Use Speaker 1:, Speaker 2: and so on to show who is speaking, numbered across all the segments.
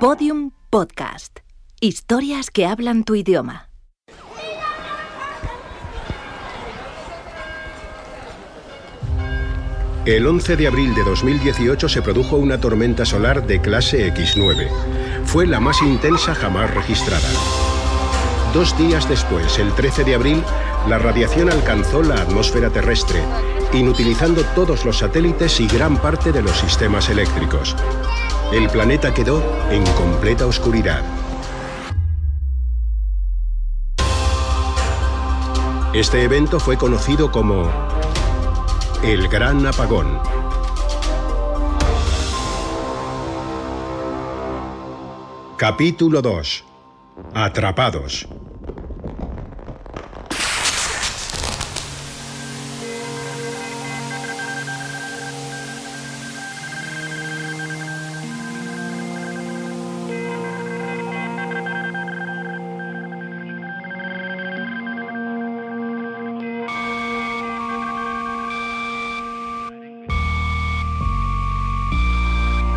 Speaker 1: Podium Podcast. Historias que hablan tu idioma.
Speaker 2: El 11 de abril de 2018 se produjo una tormenta solar de clase X9. Fue la más intensa jamás registrada. Dos días después, el 13 de abril, la radiación alcanzó la atmósfera terrestre, inutilizando todos los satélites y gran parte de los sistemas eléctricos. El planeta quedó en completa oscuridad. Este evento fue conocido como el Gran Apagón. Capítulo 2. Atrapados.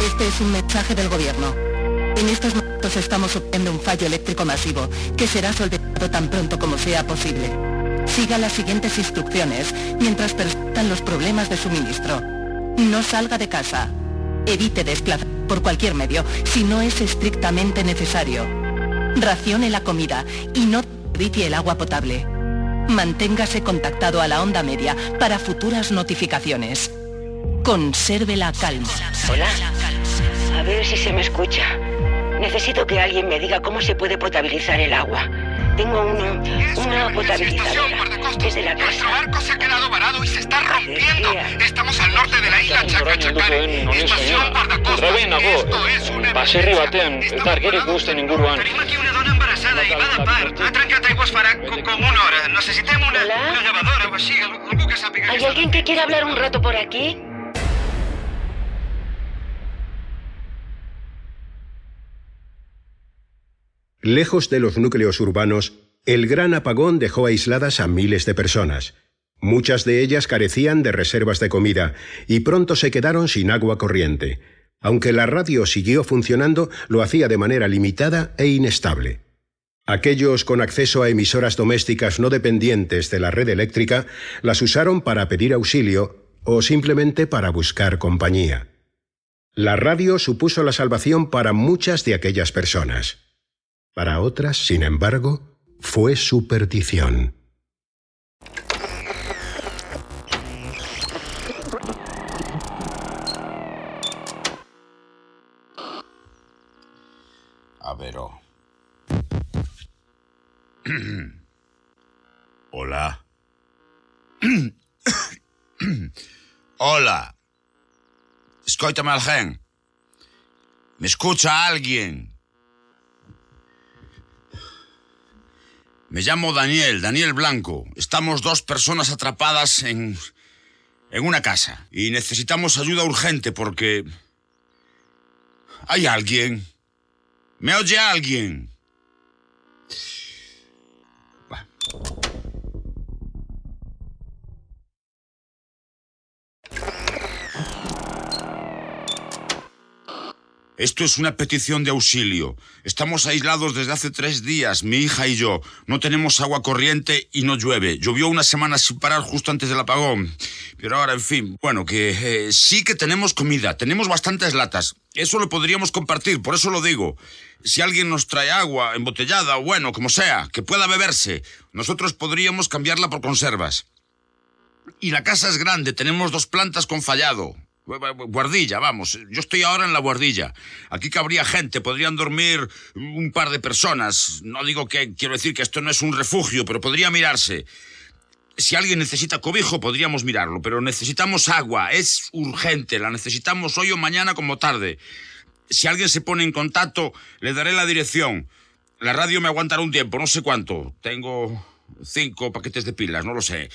Speaker 3: Este es un mensaje del gobierno. En estos momentos estamos sufriendo un fallo eléctrico masivo que será solventado tan pronto como sea posible. Siga las siguientes instrucciones mientras persistan los problemas de suministro. No salga de casa. Evite desplazar por cualquier medio si no es estrictamente necesario. Racione la comida y no desperdicie el agua potable. Manténgase contactado a la onda media para futuras notificaciones. Conserve la calma.
Speaker 4: Hola. A ver si se me escucha. Necesito que alguien me diga cómo se puede potabilizar el agua. Tengo uno,
Speaker 5: Es una
Speaker 4: una
Speaker 5: emergencia, estación,
Speaker 4: potabilizadora
Speaker 5: guardacostas.
Speaker 4: desde la
Speaker 5: Nuestro
Speaker 4: casa.
Speaker 5: barco se ha quedado varado y se está rompiendo.
Speaker 4: Energía.
Speaker 5: Estamos al norte de la isla Chacachacare. Estación guardacostas. Esto es una
Speaker 6: Baserri batean,
Speaker 5: emergencia.
Speaker 6: targerik guzten inguruan.
Speaker 5: Perimaki una dona embarazada y va a dar par. Atranca taiguas farà co- com una hora. Necessitem una,
Speaker 4: Hola?
Speaker 5: una llevadora o així, al- algú que sàpiga
Speaker 4: ¿Hay
Speaker 5: què
Speaker 4: alguien que quiera hablar un rato por aquí?
Speaker 2: Lejos de los núcleos urbanos, el gran apagón dejó aisladas a miles de personas. Muchas de ellas carecían de reservas de comida y pronto se quedaron sin agua corriente. Aunque la radio siguió funcionando, lo hacía de manera limitada e inestable. Aquellos con acceso a emisoras domésticas no dependientes de la red eléctrica las usaron para pedir auxilio o simplemente para buscar compañía. La radio supuso la salvación para muchas de aquellas personas. Para otras, sin embargo, fue su perdición.
Speaker 7: A ver. oh. Hola. Hola. Escúchame, Algen. ¿Me escucha alguien? Me llamo Daniel, Daniel Blanco. Estamos dos personas atrapadas en. en una casa. Y necesitamos ayuda urgente porque. ¿Hay alguien? ¿Me oye alguien? Esto es una petición de auxilio. Estamos aislados desde hace tres días, mi hija y yo. No tenemos agua corriente y no llueve. Llovió una semana sin parar justo antes del apagón. Pero ahora, en fin, bueno, que eh, sí que tenemos comida. Tenemos bastantes latas. Eso lo podríamos compartir, por eso lo digo. Si alguien nos trae agua embotellada o bueno, como sea, que pueda beberse, nosotros podríamos cambiarla por conservas. Y la casa es grande, tenemos dos plantas con fallado. Guardilla, vamos. Yo estoy ahora en la guardilla. Aquí cabría gente, podrían dormir un par de personas. No digo que quiero decir que esto no es un refugio, pero podría mirarse. Si alguien necesita cobijo, podríamos mirarlo, pero necesitamos agua. Es urgente, la necesitamos hoy o mañana como tarde. Si alguien se pone en contacto, le daré la dirección. La radio me aguantará un tiempo, no sé cuánto. Tengo cinco paquetes de pilas, no lo sé.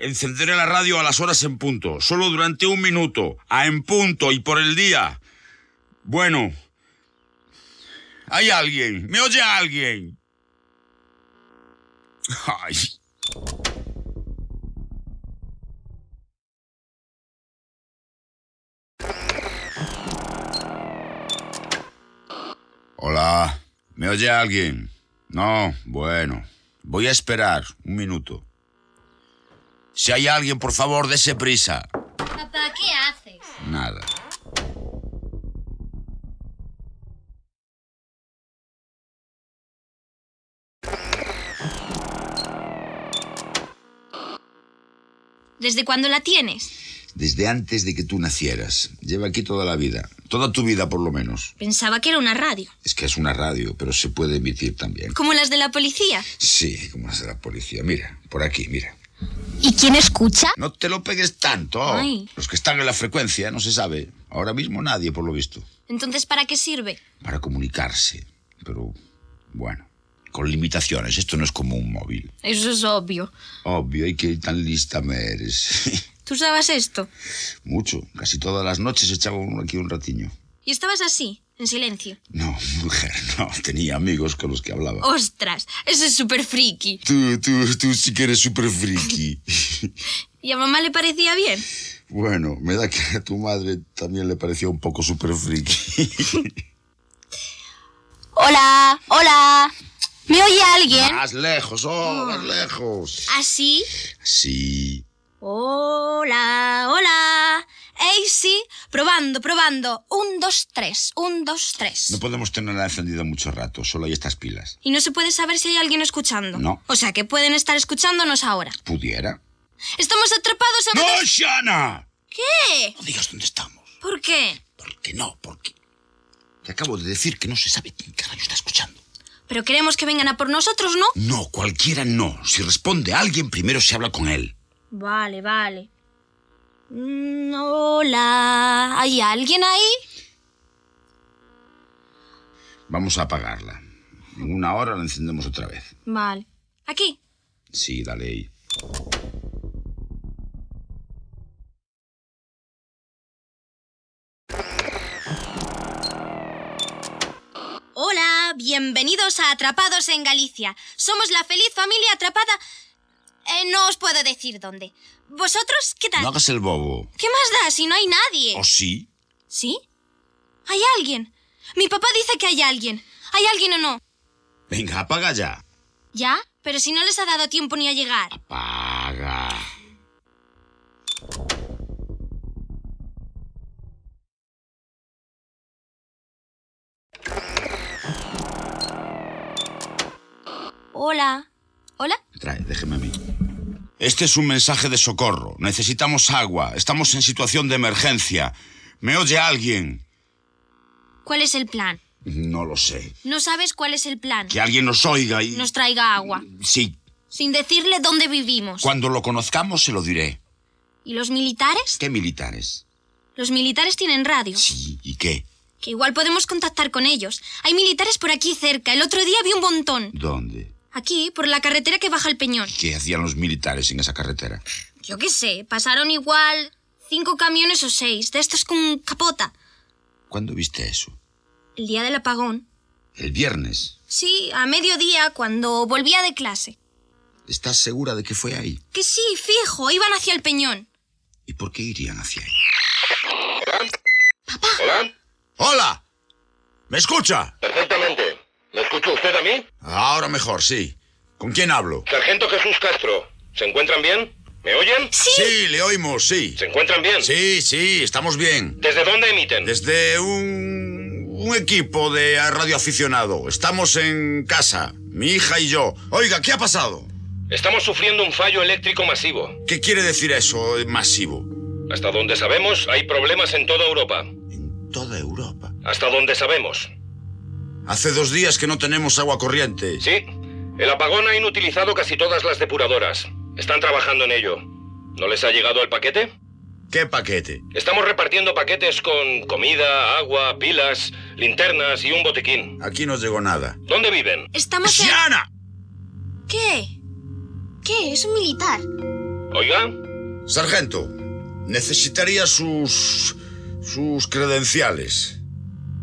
Speaker 7: Encenderé la radio a las horas en punto, solo durante un minuto, a en punto y por el día. Bueno. ¿Hay alguien? ¿Me oye alguien? Ay. Hola, ¿me oye alguien? No, bueno, voy a esperar un minuto. Si hay alguien, por favor, dése prisa.
Speaker 8: Papá, ¿qué haces?
Speaker 7: Nada.
Speaker 8: ¿Desde cuándo la tienes?
Speaker 7: Desde antes de que tú nacieras. Lleva aquí toda la vida. Toda tu vida, por lo menos.
Speaker 8: Pensaba que era una radio,
Speaker 7: Es que es una radio, pero se puede emitir también.
Speaker 8: como las de la policía.
Speaker 7: Sí, como hace la policía. Mira, por aquí, mira.
Speaker 8: ¿Y quién escucha?
Speaker 7: No te lo pegues tanto.
Speaker 8: Ay.
Speaker 7: Los que están en la frecuencia, no se sabe. Ahora mismo nadie, por lo visto.
Speaker 8: Entonces, ¿para qué sirve?
Speaker 7: Para comunicarse. Pero, bueno, con limitaciones. Esto no es como un móvil.
Speaker 8: Eso es obvio.
Speaker 7: Obvio, y que tan lista me eres.
Speaker 8: Tú usabas esto
Speaker 7: Mucho. Casi todas las noches echaba uno aquí un ratiño.
Speaker 8: y estabas así, en silencio.
Speaker 7: No, mujer, no. Tenía amigos con los que hablaba.
Speaker 8: ¡Ostras! Eso es súper friki.
Speaker 7: Tú, tú, tú sí que eres súper friki.
Speaker 8: ¿Y a mamá le parecía bien?
Speaker 7: bueno, me da que a tu madre también le parecía un poco súper friki.
Speaker 8: ¡Hola! ¡Hola! ¿Me oye alguien?
Speaker 7: más lejos, oh, más lejos.
Speaker 8: ¿Así?
Speaker 7: Sí.
Speaker 8: Hola, hola. ¡Ey, sí! Probando, probando. Un, dos, tres. Un, dos, tres.
Speaker 7: No podemos tenerla encendida mucho rato, solo hay estas pilas.
Speaker 8: Y no se puede saber si hay alguien escuchando.
Speaker 7: No.
Speaker 8: O sea, que pueden estar escuchándonos ahora.
Speaker 7: ¿Pudiera?
Speaker 8: Estamos atrapados en...
Speaker 7: ¡No, Shana!
Speaker 8: ¿Qué?
Speaker 7: No digas dónde estamos.
Speaker 8: ¿Por qué?
Speaker 7: ¿Por qué no? Porque te acabo de decir que no se sabe quién carajo está escuchando.
Speaker 8: Pero queremos que vengan a por nosotros, ¿no?
Speaker 7: No, cualquiera no. Si responde alguien, primero se habla con él.
Speaker 8: Vale, vale. Mm, hola. ¿Hay alguien ahí?
Speaker 7: Vamos a apagarla. En una hora la encendemos otra vez.
Speaker 8: Vale. Aquí.
Speaker 7: Sí, dale ahí.
Speaker 8: Hola, bienvenidos a Atrapados en Galicia. Somos la feliz familia atrapada... Eh, no os puedo decir dónde. ¿Vosotros qué tal?
Speaker 7: No hagas el bobo.
Speaker 8: ¿Qué más da si no hay nadie?
Speaker 7: ¿O sí?
Speaker 8: ¿Sí? ¿Hay alguien? Mi papá dice que hay alguien. ¿Hay alguien o no?
Speaker 7: Venga, apaga ya.
Speaker 8: ¿Ya? Pero si no les ha dado tiempo ni a llegar.
Speaker 7: Apaga.
Speaker 8: Hola. ¿Hola?
Speaker 7: Trae, déjeme a mí. Este es un mensaje de socorro. Necesitamos agua. Estamos en situación de emergencia. ¿Me oye alguien?
Speaker 8: ¿Cuál es el plan?
Speaker 7: No lo sé.
Speaker 8: No sabes cuál es el plan.
Speaker 7: Que alguien nos oiga y...
Speaker 8: Nos traiga agua.
Speaker 7: Sí,
Speaker 8: Sin decirle dónde vivimos.
Speaker 7: cuando lo conozcamos se lo diré.
Speaker 8: ¿Y los militares?
Speaker 7: ¿Qué militares?
Speaker 8: Los militares tienen radio.
Speaker 7: Sí, ¿y qué?
Speaker 8: Que igual podemos contactar con ellos. Hay militares por aquí cerca. El otro día vi un montón.
Speaker 7: ¿Dónde?
Speaker 8: Aquí, por la carretera que baja el peñón.
Speaker 7: ¿Qué hacían los militares en esa carretera?
Speaker 8: Yo qué sé, pasaron igual cinco camiones o seis, de estos con capota.
Speaker 7: ¿Cuándo viste eso?
Speaker 8: El día del apagón.
Speaker 7: El viernes.
Speaker 8: Sí, a mediodía, cuando volvía de clase.
Speaker 7: ¿Estás segura de que fue ahí?
Speaker 8: Que sí, fijo, iban hacia el peñón.
Speaker 7: ¿Y por qué irían hacia ahí? ¿Hola? ¡Hola! ¿Me escucha?
Speaker 6: Perfectamente. ¿Me escucha usted a mí?
Speaker 7: Ahora mejor, sí. ¿Con quién hablo?
Speaker 6: Sargento Jesús Castro. ¿Se encuentran bien? ¿Me oyen?
Speaker 8: Sí.
Speaker 7: le oímos, sí.
Speaker 6: ¿Se encuentran bien?
Speaker 7: Sí, sí, estamos bien.
Speaker 6: ¿Desde dónde emiten?
Speaker 7: Desde un, un equipo de radioaficionado. Estamos en casa, mi hija y yo. Oiga, ¿qué ha pasado?
Speaker 6: Estamos sufriendo un fallo eléctrico masivo.
Speaker 7: ¿Qué quiere decir eso, eh, masivo?
Speaker 6: Hasta donde sabemos, hay problemas en toda Europa.
Speaker 7: En toda Europa.
Speaker 6: Hasta donde sabemos.
Speaker 7: Hace dos días que no tenemos agua corriente.
Speaker 6: Sí, el apagón ha inutilizado casi todas las depuradoras. Están trabajando en ello. ¿No les ha llegado el paquete?
Speaker 7: ¿Qué paquete?
Speaker 6: Estamos repartiendo paquetes con comida, agua, pilas, linternas y un botiquín.
Speaker 7: Aquí no llegó nada.
Speaker 6: ¿Dónde viven?
Speaker 8: Estamos en...
Speaker 7: ¡Siana!
Speaker 8: ¿Qué? ¿Qué? Es un militar.
Speaker 6: Oiga,
Speaker 7: Sargento, necesitaría sus... sus credenciales.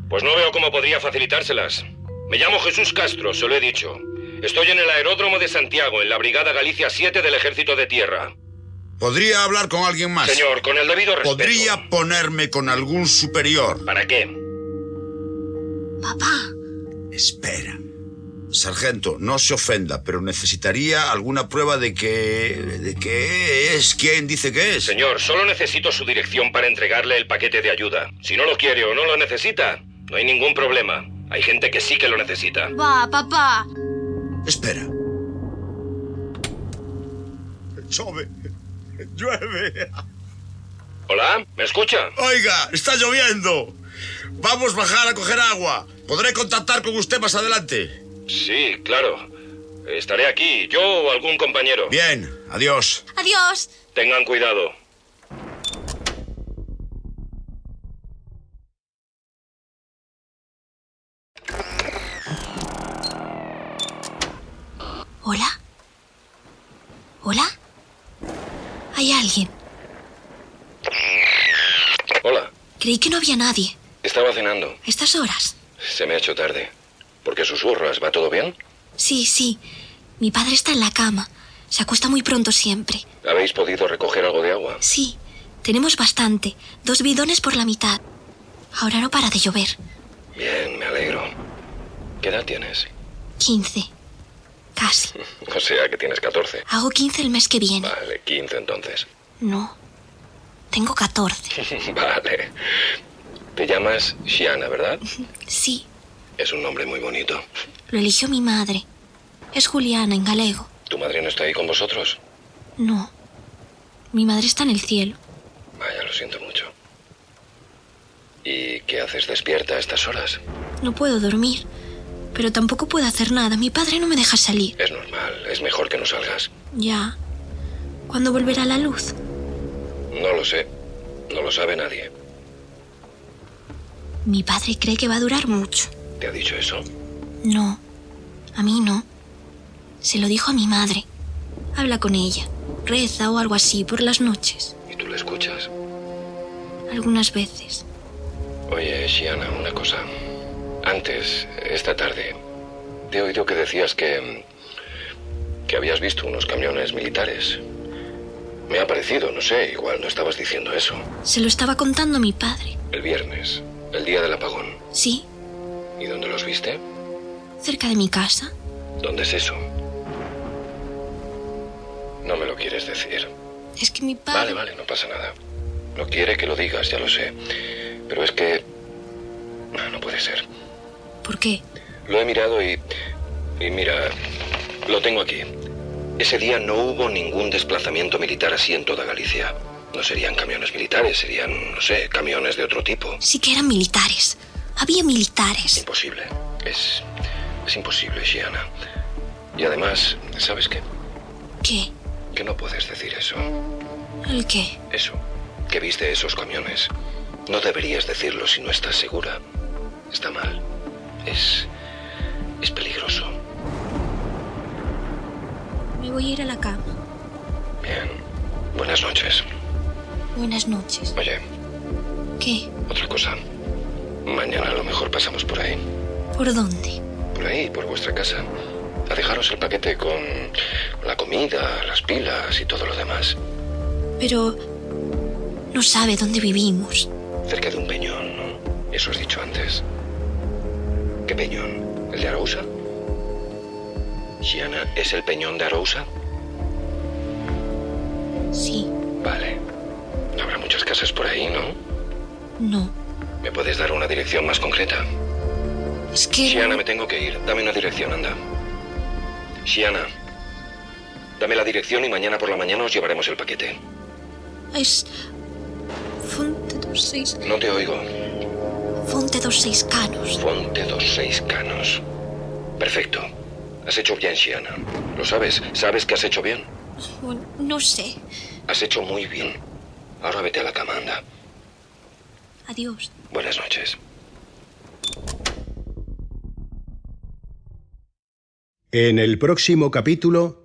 Speaker 6: pues no veo cómo podría facilitárselas. Me llamo Jesús Castro, se lo he dicho. Estoy en el aeródromo de Santiago, en la Brigada Galicia 7 del Ejército de Tierra.
Speaker 7: ¿Podría hablar con alguien más?
Speaker 6: Señor, con el debido respeto.
Speaker 7: ¿Podría ponerme con algún superior?
Speaker 6: ¿Para qué?
Speaker 8: Papá,
Speaker 7: Espera. Sargento, no se ofenda, pero necesitaría alguna prueba de que... de que es quien dice que es.
Speaker 6: Señor, solo necesito su dirección para entregarle el paquete de ayuda. Si no lo quiere o no lo necesita, no hay ningún problema. Hay gente que sí que lo necesita.
Speaker 8: Va, papá.
Speaker 7: Espera. Chove. Llueve.
Speaker 6: ¿Hola? ¿Me escucha?
Speaker 7: Oiga, está lloviendo. Vamos a bajar a coger agua. Podré contactar con usted más adelante.
Speaker 6: Sí, claro. Estaré aquí, yo o algún compañero.
Speaker 7: Bien, adiós.
Speaker 8: Adiós.
Speaker 6: Tengan cuidado.
Speaker 8: ¿Hola? ¿Hola? Hay alguien.
Speaker 6: Hola,
Speaker 8: Creí que no había nadie.
Speaker 6: estaba cenando.
Speaker 8: ¿A estas horas?
Speaker 6: Se me ha hecho tarde. ¿Por qué susurras? ¿Va todo bien?
Speaker 8: Sí, sí. Mi padre está en la cama. Se acuesta muy pronto siempre.
Speaker 6: ¿Habéis podido recoger algo de agua?
Speaker 8: Sí, tenemos bastante. Dos bidones por la mitad. Ahora no para de llover.
Speaker 6: Bien, me alegro. ¿Qué edad tienes?
Speaker 8: Quince. Casi.
Speaker 6: O sea que tienes 14.
Speaker 8: Hago quince el mes que viene.
Speaker 6: Vale, 15 entonces.
Speaker 8: No. Tengo catorce.
Speaker 6: Vale. Te llamas Shiana, ¿verdad?
Speaker 8: Sí,
Speaker 6: Es un nombre muy bonito.
Speaker 8: lo eligió mi madre. Es Juliana, en galego.
Speaker 6: ¿Tu madre no está ahí con vosotros?
Speaker 8: No. Mi madre está en el cielo.
Speaker 6: Vaya, lo siento mucho. ¿Y qué haces despierta a estas horas?
Speaker 8: No puedo dormir. Pero tampoco puedo hacer nada. Mi padre no me deja salir.
Speaker 6: Es normal, es mejor que no salgas.
Speaker 8: Ya. ¿Cuándo volverá la luz?
Speaker 6: No lo sé, no lo sabe nadie.
Speaker 8: Mi padre cree que va a durar mucho.
Speaker 6: ¿Te ha dicho eso?
Speaker 8: No, a mí no. Se lo dijo a mi madre. Habla con ella, reza o algo así por las noches,
Speaker 6: ¿Y tú le escuchas?
Speaker 8: algunas veces.
Speaker 6: Oye, Shiana, una cosa. Antes, esta tarde, te he oído que decías que. que habías visto unos camiones militares. Me ha parecido, no sé, igual no estabas diciendo eso.
Speaker 8: Se lo estaba contando mi padre.
Speaker 6: El viernes, el día del apagón.
Speaker 8: Sí,
Speaker 6: ¿Y dónde los viste?
Speaker 8: cerca de mi casa.
Speaker 6: ¿Dónde es eso? No me lo quieres decir.
Speaker 8: Es que mi padre...
Speaker 6: Vale, vale, no pasa nada. No quiere que lo digas, ya lo sé. Pero es que... No, no puede ser.
Speaker 8: ¿Por qué?
Speaker 6: Lo he mirado y... Y mira, lo tengo aquí. Ese día no hubo ningún desplazamiento militar así en toda Galicia. No serían camiones militares, serían, no sé, camiones de otro tipo.
Speaker 8: Sí que eran militares. Había militares.
Speaker 6: Imposible. Es... Es imposible, Shiana. Y además, ¿sabes qué?
Speaker 8: ¿Qué?
Speaker 6: Que no puedes decir eso.
Speaker 8: ¿El qué?
Speaker 6: Eso, que viste esos camiones. No deberías decirlo si no estás segura. Está mal. Es... es peligroso.
Speaker 8: Me voy a ir a la cama.
Speaker 6: Bien. Buenas noches.
Speaker 8: Buenas noches.
Speaker 6: Oye,
Speaker 8: ¿Qué?
Speaker 6: otra cosa. Mañana a lo mejor pasamos por ahí.
Speaker 8: ¿Por dónde?
Speaker 6: Por ahí, por vuestra casa. A dejaros el paquete con la comida, las pilas y todo lo demás.
Speaker 8: Pero... No sabe dónde vivimos.
Speaker 6: Cerca de un peñón, ¿no? Eso has dicho antes. ¿Qué peñón? ¿El de Arousa? Shiana, ¿es el peñón de Arousa?
Speaker 8: Sí,
Speaker 6: Vale. No habrá muchas casas por ahí, ¿no?
Speaker 8: no.
Speaker 6: ¿Me puedes dar una dirección más concreta?
Speaker 8: Es que...
Speaker 6: Shiana, me tengo que ir. Dame una dirección, anda. Shiana, dame la dirección y mañana por la mañana os llevaremos el paquete.
Speaker 8: Es. Fonte 26.
Speaker 6: No te oigo.
Speaker 8: Fonte 26 Canos.
Speaker 6: Fonte dos seis canos. Perfecto. Has hecho bien, Shiana. Lo sabes. Sabes que has hecho bien.
Speaker 8: Bueno, no sé.
Speaker 6: Has hecho muy bien. Ahora vete a la cama, anda.
Speaker 8: Adiós.
Speaker 6: Buenas noches.
Speaker 2: En el próximo capítulo,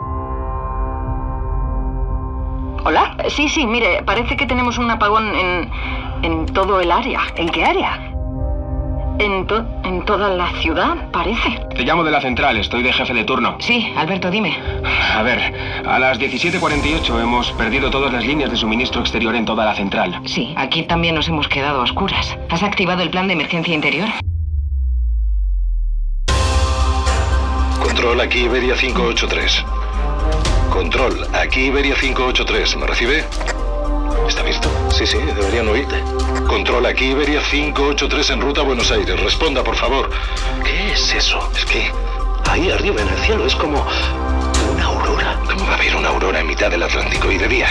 Speaker 9: ¿Hola? Sí, sí, mire, parece que tenemos un apagón en, en todo el área.
Speaker 4: ¿En qué área?
Speaker 9: En, to- en toda la ciudad, parece.
Speaker 5: Te llamo de la central, estoy de jefe de turno.
Speaker 4: Sí, Alberto, dime.
Speaker 5: A ver, a las 17.48 hemos perdido todas las líneas de suministro exterior en toda la central.
Speaker 4: Sí, aquí también nos hemos quedado a oscuras. ¿Has activado el plan de emergencia interior?
Speaker 6: Control, aquí Iberia 583. Control, aquí Iberia 583. ¿Me recibe? ¿Está visto? Sí, sí, deberían oírte. Control, aquí Iberia 583 en ruta a Buenos Aires. Responda, por favor. ¿Qué es eso? Es que ahí arriba en el cielo es como una aurora. ¿Cómo va a haber una aurora en mitad del Atlántico y de día?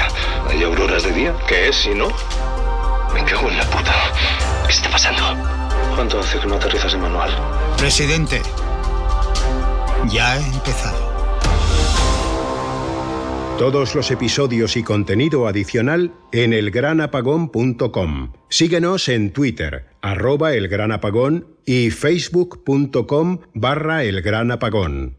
Speaker 6: ¿Hay auroras de día? ¿Qué es si no? Me cago en la puta. ¿Qué está pasando? ¿Cuánto hace que no aterrizas en manual?
Speaker 10: Presidente, ya he empezado.
Speaker 2: Todos los episodios y contenido adicional en elgranapagón.com. Síguenos en Twitter, arroba elgranapagón y facebook.com barra elgranapagón.